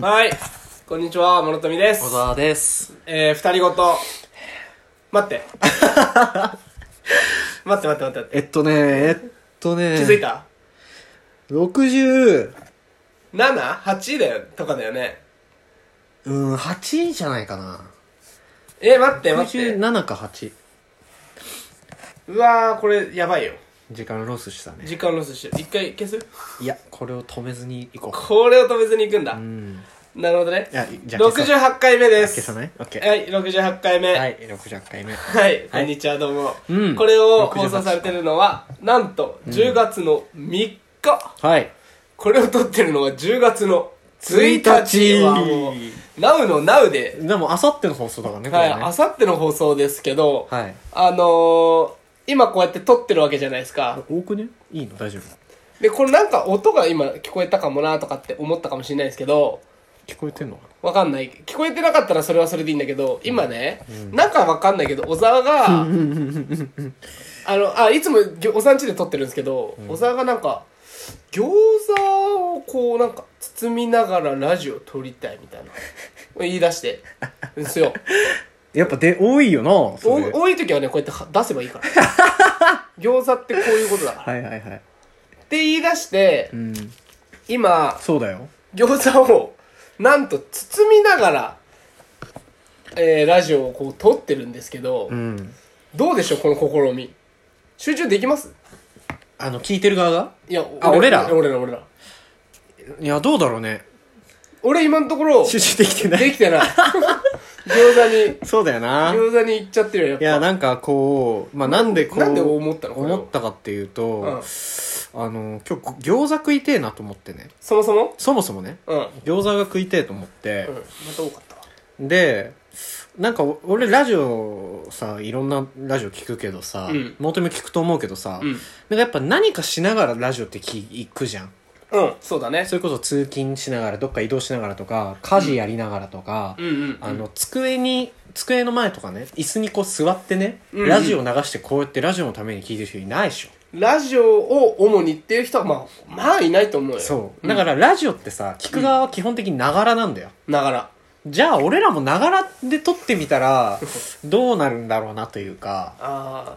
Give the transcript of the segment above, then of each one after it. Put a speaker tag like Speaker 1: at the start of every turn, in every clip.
Speaker 1: はい。こんにちは、諸富です。
Speaker 2: 小沢です。
Speaker 1: えー、二人ごと。待って。 待って待って待って待って。
Speaker 2: えっとね、えっとね、
Speaker 1: 気づいた
Speaker 2: ?60、
Speaker 1: ?7?8 だよ、とかだよね。
Speaker 2: うん、8じゃないかな。
Speaker 1: えー、待って待って。
Speaker 2: 67か8。
Speaker 1: うわー、これやばいよ。
Speaker 2: 時間ロスしたね。
Speaker 1: 時間ロスしてる。一回消す
Speaker 2: いや、これを止めずに行こ
Speaker 1: これを止めずに行くんだ。
Speaker 2: う。うん。
Speaker 1: なるほどね
Speaker 2: い。や、じゃあ消そう
Speaker 1: 68回目です。
Speaker 2: 消さない ?OK。
Speaker 1: はい、68回目。
Speaker 2: はい、68回目。
Speaker 1: はい、こんにちは、どうも。
Speaker 2: うん
Speaker 1: これを
Speaker 2: 68
Speaker 1: 放送されてるのは、なんと、10月の3日。
Speaker 2: はい。
Speaker 1: これを撮ってるのは10月の1
Speaker 2: 1
Speaker 1: 日
Speaker 2: 日
Speaker 1: はもう、NOW の NOW で、
Speaker 2: でも、あさっての放送だからね、こ
Speaker 1: はい、
Speaker 2: れね。
Speaker 1: あさっての放送ですけど、
Speaker 2: はい。
Speaker 1: あのー、今こうやって撮ってるわけじゃないですか。
Speaker 2: 多くねいいの大丈夫
Speaker 1: で、これなんか音が今聞こえたかもなとかって思ったかもしれないですけど、
Speaker 2: 聞こえてんのか
Speaker 1: わかんない。聞こえてなかったらそれはそれでいいんだけど、今ね、なんかわかんないけど、小沢が、あの、あ、いつもぎょおさんちで撮ってるんですけど、小沢がなんか、餃子をこうなんか包みながらラジオ撮りたいみたいな、言い出して、ですよ。
Speaker 2: なやっぱで、多いよな、
Speaker 1: お
Speaker 2: それ。
Speaker 1: 多い時はね、こうやっては出せばいいから。餃子ってこういうことだから。
Speaker 2: はいはいはい。
Speaker 1: って言い出して
Speaker 2: う、ん。
Speaker 1: 今、
Speaker 2: そうだよ。
Speaker 1: 餃子をなんと包みながら、えーラジオをこう撮ってるんですけど、
Speaker 2: うん。
Speaker 1: どうでしょうこの試み集中できます
Speaker 2: あの、聞いてる側が
Speaker 1: いや
Speaker 2: あ俺ら
Speaker 1: 俺ら俺ら
Speaker 2: いや、どうだろうね。
Speaker 1: 俺今のところ
Speaker 2: 集中できてな
Speaker 1: で
Speaker 2: い。
Speaker 1: き てない餃子に
Speaker 2: そうだよな。
Speaker 1: 餃子に行っちゃってるよ
Speaker 2: い
Speaker 1: やっ
Speaker 2: や、なんかこう、まあ、なんでこ
Speaker 1: ぱなんで
Speaker 2: う、
Speaker 1: 思ったのこれを
Speaker 2: 思ったかっていう
Speaker 1: うん
Speaker 2: と、、あの、今日餃子食いてえなと思ってね。
Speaker 1: そもそも
Speaker 2: そもそもね、
Speaker 1: うん、うん、ま
Speaker 2: 餃子が食いてえと思って、
Speaker 1: た多かったわ
Speaker 2: で、なんかお俺ラジオさ、いろんなラジオ聞くけどさ
Speaker 1: うん、
Speaker 2: もとも聞くと思うけどさ、
Speaker 1: うん
Speaker 2: なんかやっぱ何かしながらラジオって聞くじゃん。
Speaker 1: うんそうだね
Speaker 2: それこそ通勤しながら、どっか移動しながらとか、家事やりながらとか
Speaker 1: う、んうん
Speaker 2: あの、机に、机の前とかね、椅子にこう座ってね、
Speaker 1: うん
Speaker 2: ラジオ流してこうやってラジオのために聞いてる人いないでしょ。
Speaker 1: ラジオを主にっていう人はまあまあいないと思うよ
Speaker 2: そう。だからラジオってさ、聞く側は基本的にながらなんだよ。
Speaker 1: ながら
Speaker 2: じゃあ俺らもながらで撮ってみ たら、どうなるんだろうなというか、
Speaker 1: あ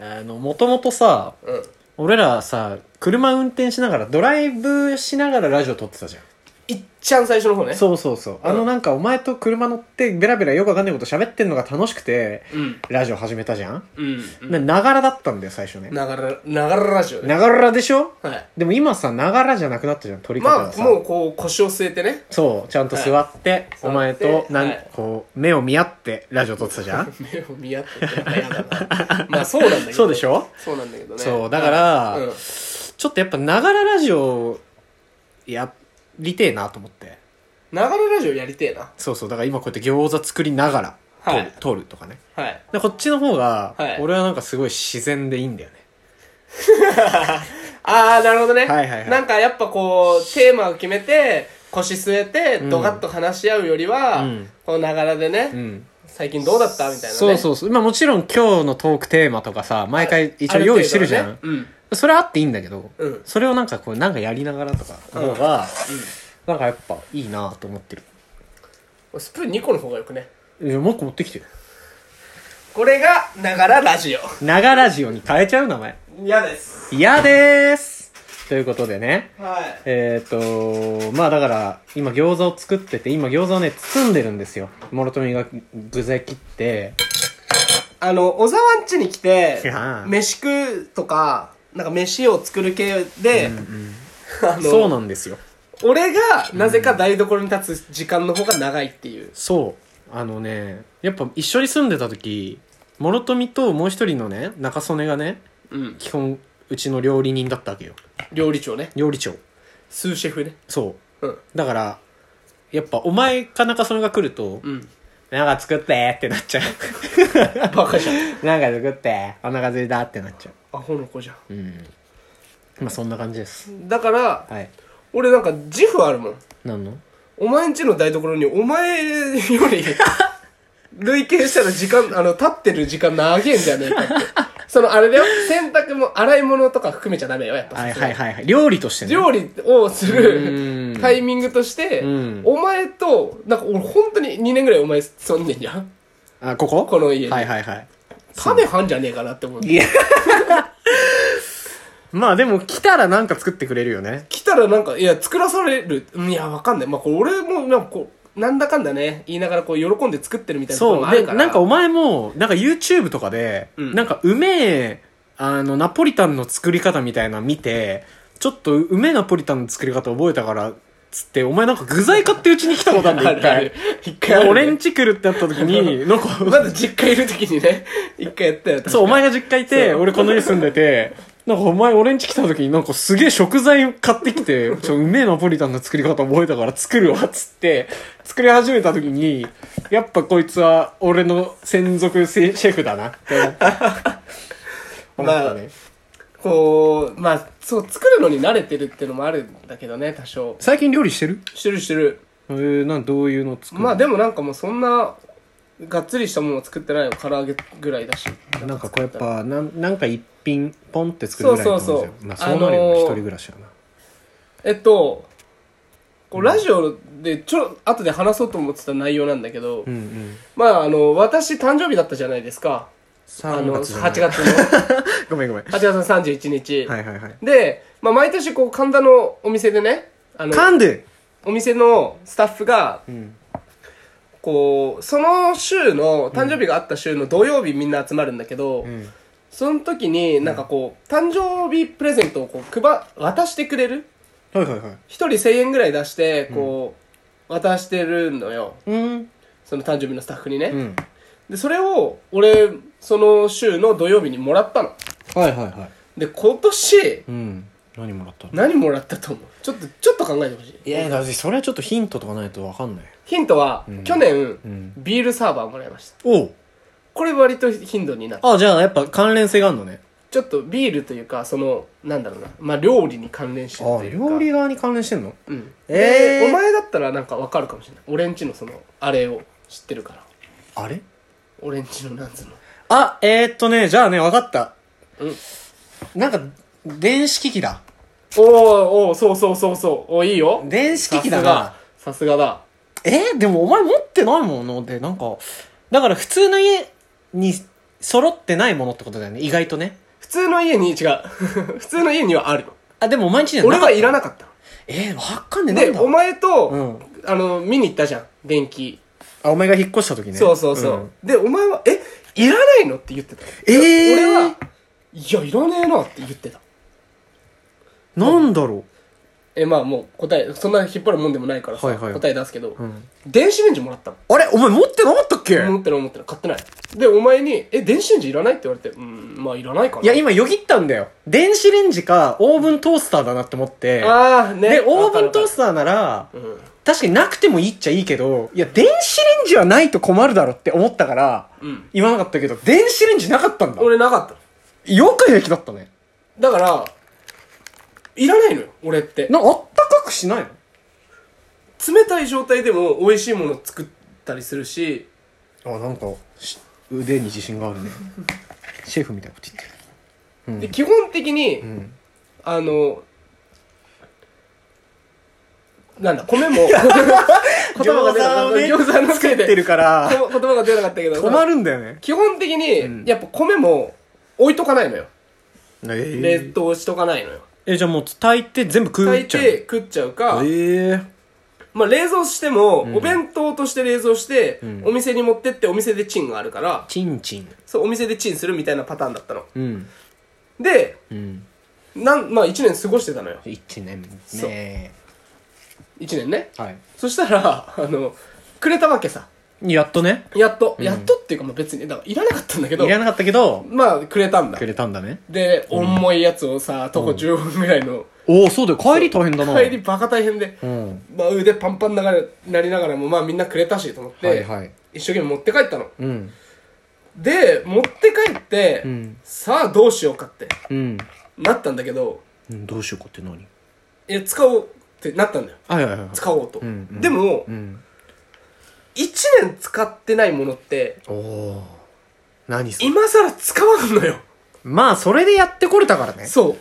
Speaker 2: あの、もともとさ、
Speaker 1: あうん
Speaker 2: 俺らさ、車運転しながら、ドライブしながらラジオ撮ってたじゃん。
Speaker 1: いっちゃん最初の方ね
Speaker 2: そうそうそう。あ
Speaker 1: う
Speaker 2: の
Speaker 1: ん
Speaker 2: なんかお前と車乗ってベラベラよくわかんないこと喋ってんのが楽しくて、
Speaker 1: うん
Speaker 2: ラジオ始めたじゃん
Speaker 1: うんうん
Speaker 2: なながらだったんだよ、最初ね。
Speaker 1: ながらながらラジオね
Speaker 2: ながらでしょ
Speaker 1: はい
Speaker 2: でも今さ、ながらじゃなくなったじゃん、撮り方
Speaker 1: ま
Speaker 2: が
Speaker 1: あ
Speaker 2: さ。
Speaker 1: もうこう腰を据えてね
Speaker 2: そう、ちゃんと座って、お前
Speaker 1: 座っ
Speaker 2: と、
Speaker 1: て
Speaker 2: なん、
Speaker 1: はい
Speaker 2: こう、目を見合ってラジオ撮ってたじ ゃん
Speaker 1: 目を見合っててやだ なまあそうなんだけど
Speaker 2: そうでしょ
Speaker 1: そうなんだけどね
Speaker 2: そうだから
Speaker 1: うん
Speaker 2: ちょっとやっぱ、ながらラジオ、やりてえなと思って。
Speaker 1: ながらラジオやりてえな
Speaker 2: そうそう、だから今こうやって餃子作りながら撮る、
Speaker 1: はい
Speaker 2: 撮るとかね。
Speaker 1: はい
Speaker 2: でこっちの方が、
Speaker 1: はい
Speaker 2: 俺はなんかすごい自然でいいんだよね。
Speaker 1: ああなるほどね
Speaker 2: はいはいはい
Speaker 1: なんかやっぱこうテーマを決めて腰据えて
Speaker 2: うん
Speaker 1: ドカッと話し合うよりは、
Speaker 2: うん
Speaker 1: こうながらでね、
Speaker 2: うん。
Speaker 1: 最近どうだったみたいなね
Speaker 2: そうそうそう。まあもちろん今日のトークテーマとかさ、毎回一応用意してるじゃん。
Speaker 1: ある程度はね
Speaker 2: それはあっていいんだけど、
Speaker 1: うん
Speaker 2: それをなんかこう、なんかやりながらとか、の方が、なんかやっぱいいなと思ってる。
Speaker 1: うんスプーン2個の方がよくね
Speaker 2: いや、もう一個持ってきてよ。
Speaker 1: これがながらラジオ
Speaker 2: 長ラジオに変えちゃう名前。
Speaker 1: 嫌です
Speaker 2: 嫌でーすということでね。
Speaker 1: はい
Speaker 2: えっ、とまあだから、今餃子を作ってて、今餃子をね、包んでるんですよ。諸富が具材切って、
Speaker 1: あの小沢ん家に来て
Speaker 2: いやー
Speaker 1: 飯食うとかなんか飯を作る系で、あの
Speaker 2: そうなんですよ。
Speaker 1: 俺がなぜか台所に立つ時間の方が長いっていう、
Speaker 2: そう。あのね、やっぱ一緒に住んでた時、諸富ともう一人のね、中曽根がね、
Speaker 1: うん、
Speaker 2: 基本、うちの料理人だったわけよ。
Speaker 1: 料理長ね
Speaker 2: 料理長。
Speaker 1: スーシェフね
Speaker 2: そう。
Speaker 1: うん
Speaker 2: だから、やっぱお前か中曽根が来ると、
Speaker 1: うん
Speaker 2: なんか作ってってなっちゃう。
Speaker 1: バカじゃん
Speaker 2: なんか作って、お腹空いたってなっちゃ
Speaker 1: アホの子じゃ
Speaker 2: う。うん。まあそんな感じです。
Speaker 1: んだから
Speaker 2: はい。
Speaker 1: 俺なんか自負あるもん
Speaker 2: なんの
Speaker 1: お前ん家の台所にお前よ り累計したら時間あの立ってる時間長えんじゃねえかってそのあれだよ、洗濯も洗い物とか含めちゃダメよ、やっぱ。
Speaker 2: はいはいはいはい。料理としてね。
Speaker 1: 料理をす
Speaker 2: う
Speaker 1: る
Speaker 2: ん
Speaker 1: タイミングとして
Speaker 2: うん、
Speaker 1: お前と、なんか俺本当に2年ぐらいお前住んでんじゃん。
Speaker 2: あ、ここ
Speaker 1: この家に
Speaker 2: はいはいはい。
Speaker 1: 種はんじゃねえかなって思う。
Speaker 2: いや。まあでも来たらなんか作ってくれるよね。
Speaker 1: 来たらなんか、いや、作らされる。うんいや、わかんない。まあ、これ俺も、なんかこう、なんだかんだね、言いながらこう、喜んで作ってるみたいなところ
Speaker 2: そ
Speaker 1: も
Speaker 2: う。
Speaker 1: ある
Speaker 2: で、
Speaker 1: から。
Speaker 2: なんかお前も、なんか YouTube とかで、
Speaker 1: うん
Speaker 2: なんかうめえ、あの、ナポリタンの作り方みたいなの見て、ちょっとうめえナポリタンの作り方覚えたから、つって、お前なんか具材買ってうちに来たことあるんだ
Speaker 1: あ
Speaker 2: よ、一
Speaker 1: るある。。一
Speaker 2: 回
Speaker 1: 回あるね
Speaker 2: 俺んち来るってなった時に、な んか、
Speaker 1: まだ実家いる時にね、一回やったよ。
Speaker 2: そう、お前が実家いて、
Speaker 1: そう
Speaker 2: 俺この家住んでて、なんかお前俺ん家来た時になんかすげえ食材買ってきて、ちょ、うめえナポリタンの作り方覚えたから作るわ、つって、作り始めた時に、やっぱこいつは俺の専属せシェフだな、って思った。
Speaker 1: まあ
Speaker 2: 思ったね
Speaker 1: こう、まあ、そう、作るのに慣れてるってのもあるんだけどね、多少。
Speaker 2: 最近料理してる
Speaker 1: してるしてる。
Speaker 2: えー、なん、どういうの作る
Speaker 1: まあ、でもなんかもうそんな、がっつりしたものを作ってないよ。唐揚げぐらいだし。
Speaker 2: なんかこうやっ
Speaker 1: 作たら。
Speaker 2: ぱ、なんなんか一品、ポンって作るぐらいの感じだよ
Speaker 1: そうそうそう
Speaker 2: まあそうなるよな、
Speaker 1: あのー
Speaker 2: 一人暮らしだな。
Speaker 1: えっと、こうラジオでちょ、後で話そうと思ってた内容なんだけど、
Speaker 2: うんうん。
Speaker 1: まあ、あの、私誕生日だったじゃないですか。あの、
Speaker 2: 3月じゃない
Speaker 1: 8月。の、
Speaker 2: ごめんごめん。は
Speaker 1: 8月の31日。
Speaker 2: い はいはい。
Speaker 1: で、まあ、毎年こう、神田のお店でね、あの、
Speaker 2: 噛んで
Speaker 1: お店のスタッフが、
Speaker 2: うん。
Speaker 1: こう、その週の、誕生日があった週の土曜日みんな集まるんだけど、
Speaker 2: うん。
Speaker 1: その時になんかこう、誕生日プレゼントをこう、配、渡してくれる
Speaker 2: はいはいはい。
Speaker 1: 一人1000円ぐらい出して、こう、渡してるのよ。
Speaker 2: うん。
Speaker 1: その誕生日のスタッフにね。
Speaker 2: うん。
Speaker 1: で、それを、俺、その週の土曜日にもらったの。
Speaker 2: はいはいはい。
Speaker 1: で、今年、
Speaker 2: うん。何もらった
Speaker 1: 何もらったと思うちょっと、ちょっと考えてほしい。
Speaker 2: いや、だってそれはちょっとヒントとかないとわかんない。
Speaker 1: ヒントは、
Speaker 2: うん
Speaker 1: 去年、
Speaker 2: ん。
Speaker 1: ビールサーバーもらいました。
Speaker 2: おう
Speaker 1: これ割と頻度になって
Speaker 2: あ、じゃあやっぱ関連性があるのね。
Speaker 1: ちょっとビールというか、その、なんだろうな。まあ、料理に関連してるというか。
Speaker 2: 料理側に関連してんの
Speaker 1: うん。
Speaker 2: え
Speaker 1: で
Speaker 2: ー
Speaker 1: お前だったらなんかわかるかもしれない。俺んちのその、あれを知ってるから。
Speaker 2: あれ
Speaker 1: 俺んちのなんつうの。
Speaker 2: あ、えー、っとね、じゃあね、わかった。
Speaker 1: うん。
Speaker 2: なんか、電子機器だ。
Speaker 1: おーおー、そうそうそうそう。おーいいよ。
Speaker 2: 電子機器だ
Speaker 1: が
Speaker 2: な。
Speaker 1: さすがだ。
Speaker 2: えー、でもお前持ってないもので、なんか、だから普通の家に揃ってないものってことだよね、意外とね。
Speaker 1: 普通の家に、違う。 普通の家にはあるの。
Speaker 2: あ、でもお前んちじゃな
Speaker 1: 俺
Speaker 2: かった
Speaker 1: はいらなかった
Speaker 2: えー、わかんねえ、
Speaker 1: の。
Speaker 2: なん
Speaker 1: で、
Speaker 2: だ
Speaker 1: お前と、
Speaker 2: うん
Speaker 1: あの、見に行ったじゃん。電気。
Speaker 2: あ、お前が引っ越した時ね。
Speaker 1: そうそうそう。
Speaker 2: ん
Speaker 1: で、お前は、え、いらないのって言ってた。
Speaker 2: えー、
Speaker 1: 俺は、いや、いらねえなって言ってた。
Speaker 2: なんだろ
Speaker 1: えまあもう答えそんな引っ張るもんでもないからさ、
Speaker 2: はいはい
Speaker 1: 答え出すけど、
Speaker 2: う、ん、
Speaker 1: 電子レンジもらったの
Speaker 2: あれお前持ってなかったっけ、
Speaker 1: 思ってない思ってない買ってないでお前に「え電子レンジいらない?」って言われて「うんまあいらないかない
Speaker 2: や、今よぎったんだよ。電子レンジか、オーブントースターだなって思って。
Speaker 1: ああね
Speaker 2: で、オーブントー
Speaker 1: ス
Speaker 2: スターなら、
Speaker 1: うん
Speaker 2: 確かになくてもいいっちゃいいけど、いや、電子レンジはないと困るだろって思ったから、
Speaker 1: うん
Speaker 2: 言わなかったけど、電子レンジなかったんだ。
Speaker 1: 俺なかったの
Speaker 2: よく平気だったね。
Speaker 1: だからいらないのよ俺って
Speaker 2: な、あったかくしない
Speaker 1: 冷たい状態でも美味しいもの作ったりするし
Speaker 2: のあ、なんか、し腕に自信があるね。シェフみたいなこと言って
Speaker 1: で基本的に、
Speaker 2: る。うん。
Speaker 1: あのなんだ 米も言葉が出なかった
Speaker 2: 餃子
Speaker 1: 餃子のせい
Speaker 2: 作って
Speaker 1: で
Speaker 2: る から、
Speaker 1: 言葉が出なかったけど
Speaker 2: 止まるんだよね。
Speaker 1: 基本的
Speaker 2: うん
Speaker 1: に、やっぱ米も置いとかないのよ。
Speaker 2: え
Speaker 1: 冷凍しとかないのよ。
Speaker 2: えじゃあもう炊いて全部食
Speaker 1: 炊
Speaker 2: っ
Speaker 1: い
Speaker 2: ちゃう
Speaker 1: て食っちゃうか、
Speaker 2: ええ
Speaker 1: まあ冷蔵しても、
Speaker 2: ん
Speaker 1: お弁当として冷蔵して、
Speaker 2: うん
Speaker 1: お店に持ってってお店でチンがあるから、
Speaker 2: チンチン
Speaker 1: そう、お店でチンするみたいなパターンだったの。
Speaker 2: うん
Speaker 1: で、
Speaker 2: うん
Speaker 1: なん、まあ一年過ごしてたのよ。
Speaker 2: 1年
Speaker 1: そう
Speaker 2: ね
Speaker 1: 一年ね。
Speaker 2: は
Speaker 1: そしたら、 あの、くれたわけさ。
Speaker 2: いやっとね
Speaker 1: やっと、
Speaker 2: うん
Speaker 1: やっとっていうか、まあ別に、だからいらなかったんだけ
Speaker 2: い
Speaker 1: ど、
Speaker 2: らなかったけど
Speaker 1: まあくれたんだ
Speaker 2: く。れたんだね
Speaker 1: で、重いやつをさ、徒歩15分ぐらいの、
Speaker 2: おおそうだよ帰り大変だな
Speaker 1: 帰りバカ大変で、
Speaker 2: うん
Speaker 1: まあ、腕パンパンながらなりながらもまあみんなくれたしと思って、
Speaker 2: はいはい
Speaker 1: 一生懸命持って帰ったの
Speaker 2: うん
Speaker 1: で持って帰って、
Speaker 2: うん
Speaker 1: さあどうしようかって
Speaker 2: うん
Speaker 1: なったんだけど
Speaker 2: うんどうしようかって何
Speaker 1: いや使おうってなったんだよ
Speaker 2: はいはいはい
Speaker 1: 使おうと、
Speaker 2: うんうん
Speaker 1: でも、
Speaker 2: うん
Speaker 1: 1年使ってないものって
Speaker 2: おお何それ
Speaker 1: 今更使わんのよ
Speaker 2: まあ、それでやってこれたからね。
Speaker 1: そう。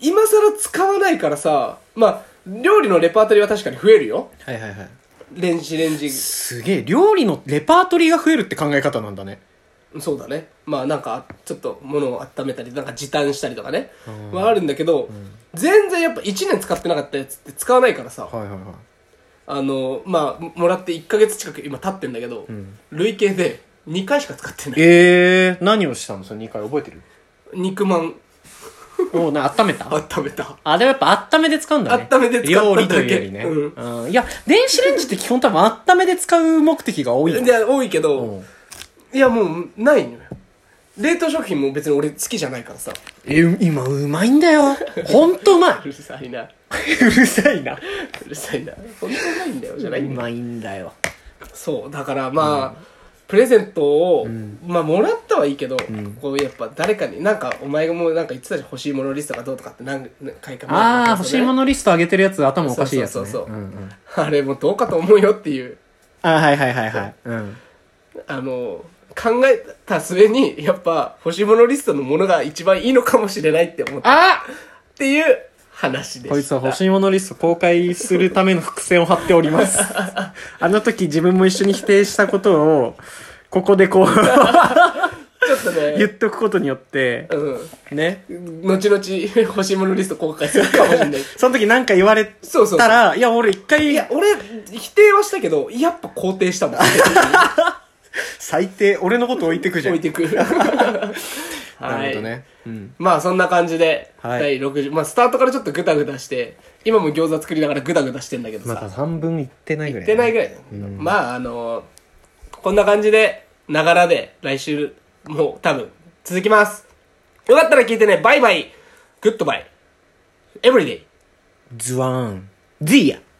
Speaker 1: 今更使わないからさ、まあ、料理のレパートリーは確かに増えるよ。
Speaker 2: はいはいはい。
Speaker 1: レンジレンジ。
Speaker 2: すげえ、料理のレパートリーが増えるって考え方なんだね。
Speaker 1: そうだね。まあなんか、ちょっと物を温めたり、なんか時短したりとかね。はあるんだけど、全然やっぱ1年使ってなかったやつって使わないからさ、
Speaker 2: はいはいはい。
Speaker 1: あの、まあ、もらって1ヶ月近く今経ってんだけど、累計で2回しか使ってない。
Speaker 2: ええー、何をしたのその2回覚え てる
Speaker 1: 肉まん
Speaker 2: もうな、温めた
Speaker 1: 温めた。
Speaker 2: あ、でもやっぱ温めで使うんだね。
Speaker 1: 温めで使っただけ
Speaker 2: 料理というよりね。
Speaker 1: う
Speaker 2: うん。いや、電子レンジって基本多分温めで使う目的が多いよ。
Speaker 1: で、多いけど、
Speaker 2: うん
Speaker 1: いやもうないのよ冷凍食品も別に俺好きじゃないからさ
Speaker 2: え、今うまいんだよ。ほんとうま
Speaker 1: うるさいない
Speaker 2: 。うるさいな。
Speaker 1: うるさいな本当うまいんだよじゃないうの
Speaker 2: まいんだよ。
Speaker 1: そうだからまあ、プレゼントを、まあもらったはいいけど、こうやっぱ誰かになんかお前がもうなんか言ってたじゃん欲しいものリストがどうとかって何回か前に
Speaker 2: ああ、
Speaker 1: 話
Speaker 2: 欲
Speaker 1: し
Speaker 2: したい
Speaker 1: よ
Speaker 2: も
Speaker 1: ね
Speaker 2: のリスト上げてるやつ頭おかしいやつ、ね。
Speaker 1: そうそうそうそうん
Speaker 2: ん
Speaker 1: あれもどうかと思うよっていう
Speaker 2: あはいはいはいはい。うん。
Speaker 1: あの考えた末にやっぱ欲しいものリストのものが一番いいのかもしれないって思ったっ
Speaker 2: あ
Speaker 1: ていう話でした
Speaker 2: こいつは欲しいものリスト公開するための伏線を張っております。 あの時自分も一緒に否定したことを、ここでこう、
Speaker 1: ちょっとね
Speaker 2: 言っとくことによって、
Speaker 1: うん
Speaker 2: ね。
Speaker 1: 後々欲しいものリスト公開するかもしれない
Speaker 2: その時なんか言われ
Speaker 1: そうそう
Speaker 2: たら、いや、俺 一
Speaker 1: い
Speaker 2: 回
Speaker 1: や、俺否定はしたけどやっぱ肯定したもん
Speaker 2: 最低、俺のこと置いてくじゃん。
Speaker 1: 置いて くはい
Speaker 2: なるほどね。うん。
Speaker 1: まあそんな感じで、
Speaker 2: はい
Speaker 1: 第60まあスタートからちょっとグダグダして今も餃子作りながらグダグダしてんだけどさ、
Speaker 2: まだ半分いってないぐらい。
Speaker 1: 出ないぐらいだよ、まああのこんな感じでながらで来週も多分続きますよかったら聞いてねバイバイグッドバイエブリデイ
Speaker 2: ズワーン。ディア。